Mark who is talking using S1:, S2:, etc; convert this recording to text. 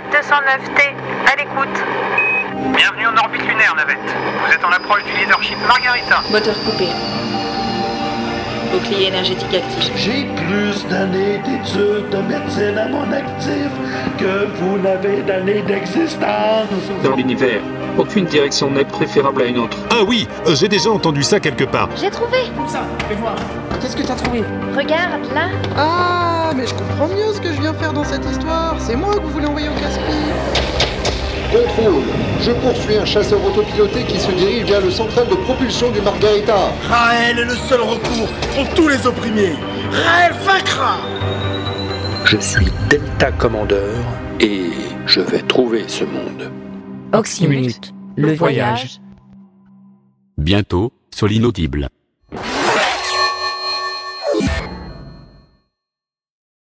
S1: 209T, à l'écoute.
S2: Bienvenue en orbite lunaire, navette. Vous êtes en approche du leadership Margarita.
S3: Moteur coupé. Bouclier énergétique actif.
S4: J'ai plus d'années d'études de médecine à mon actif que vous n'avez d'années d'existence.
S5: Dans l'univers, aucune direction n'est préférable à une autre.
S6: Ah oui, euh, j'ai déjà entendu ça quelque part.
S7: J'ai trouvé
S8: Où ça Fais voir. Qu'est-ce que t'as trouvé
S7: Regarde, là
S9: Ah, mais je comprends mieux ce que je viens faire dans cette histoire. C'est moi que vous voulez envoyer au casse-pipe.
S10: Contrôle, je poursuis un chasseur autopiloté qui se dirige vers le central de propulsion du Margarita.
S11: Raël Ah, est le seul recours pour tous les opprimés. Raël vaincra
S12: Je suis Delta Commandeur et je vais trouver ce monde.
S13: Oxymute, le voyage.
S14: Bientôt, sur l'inaudible.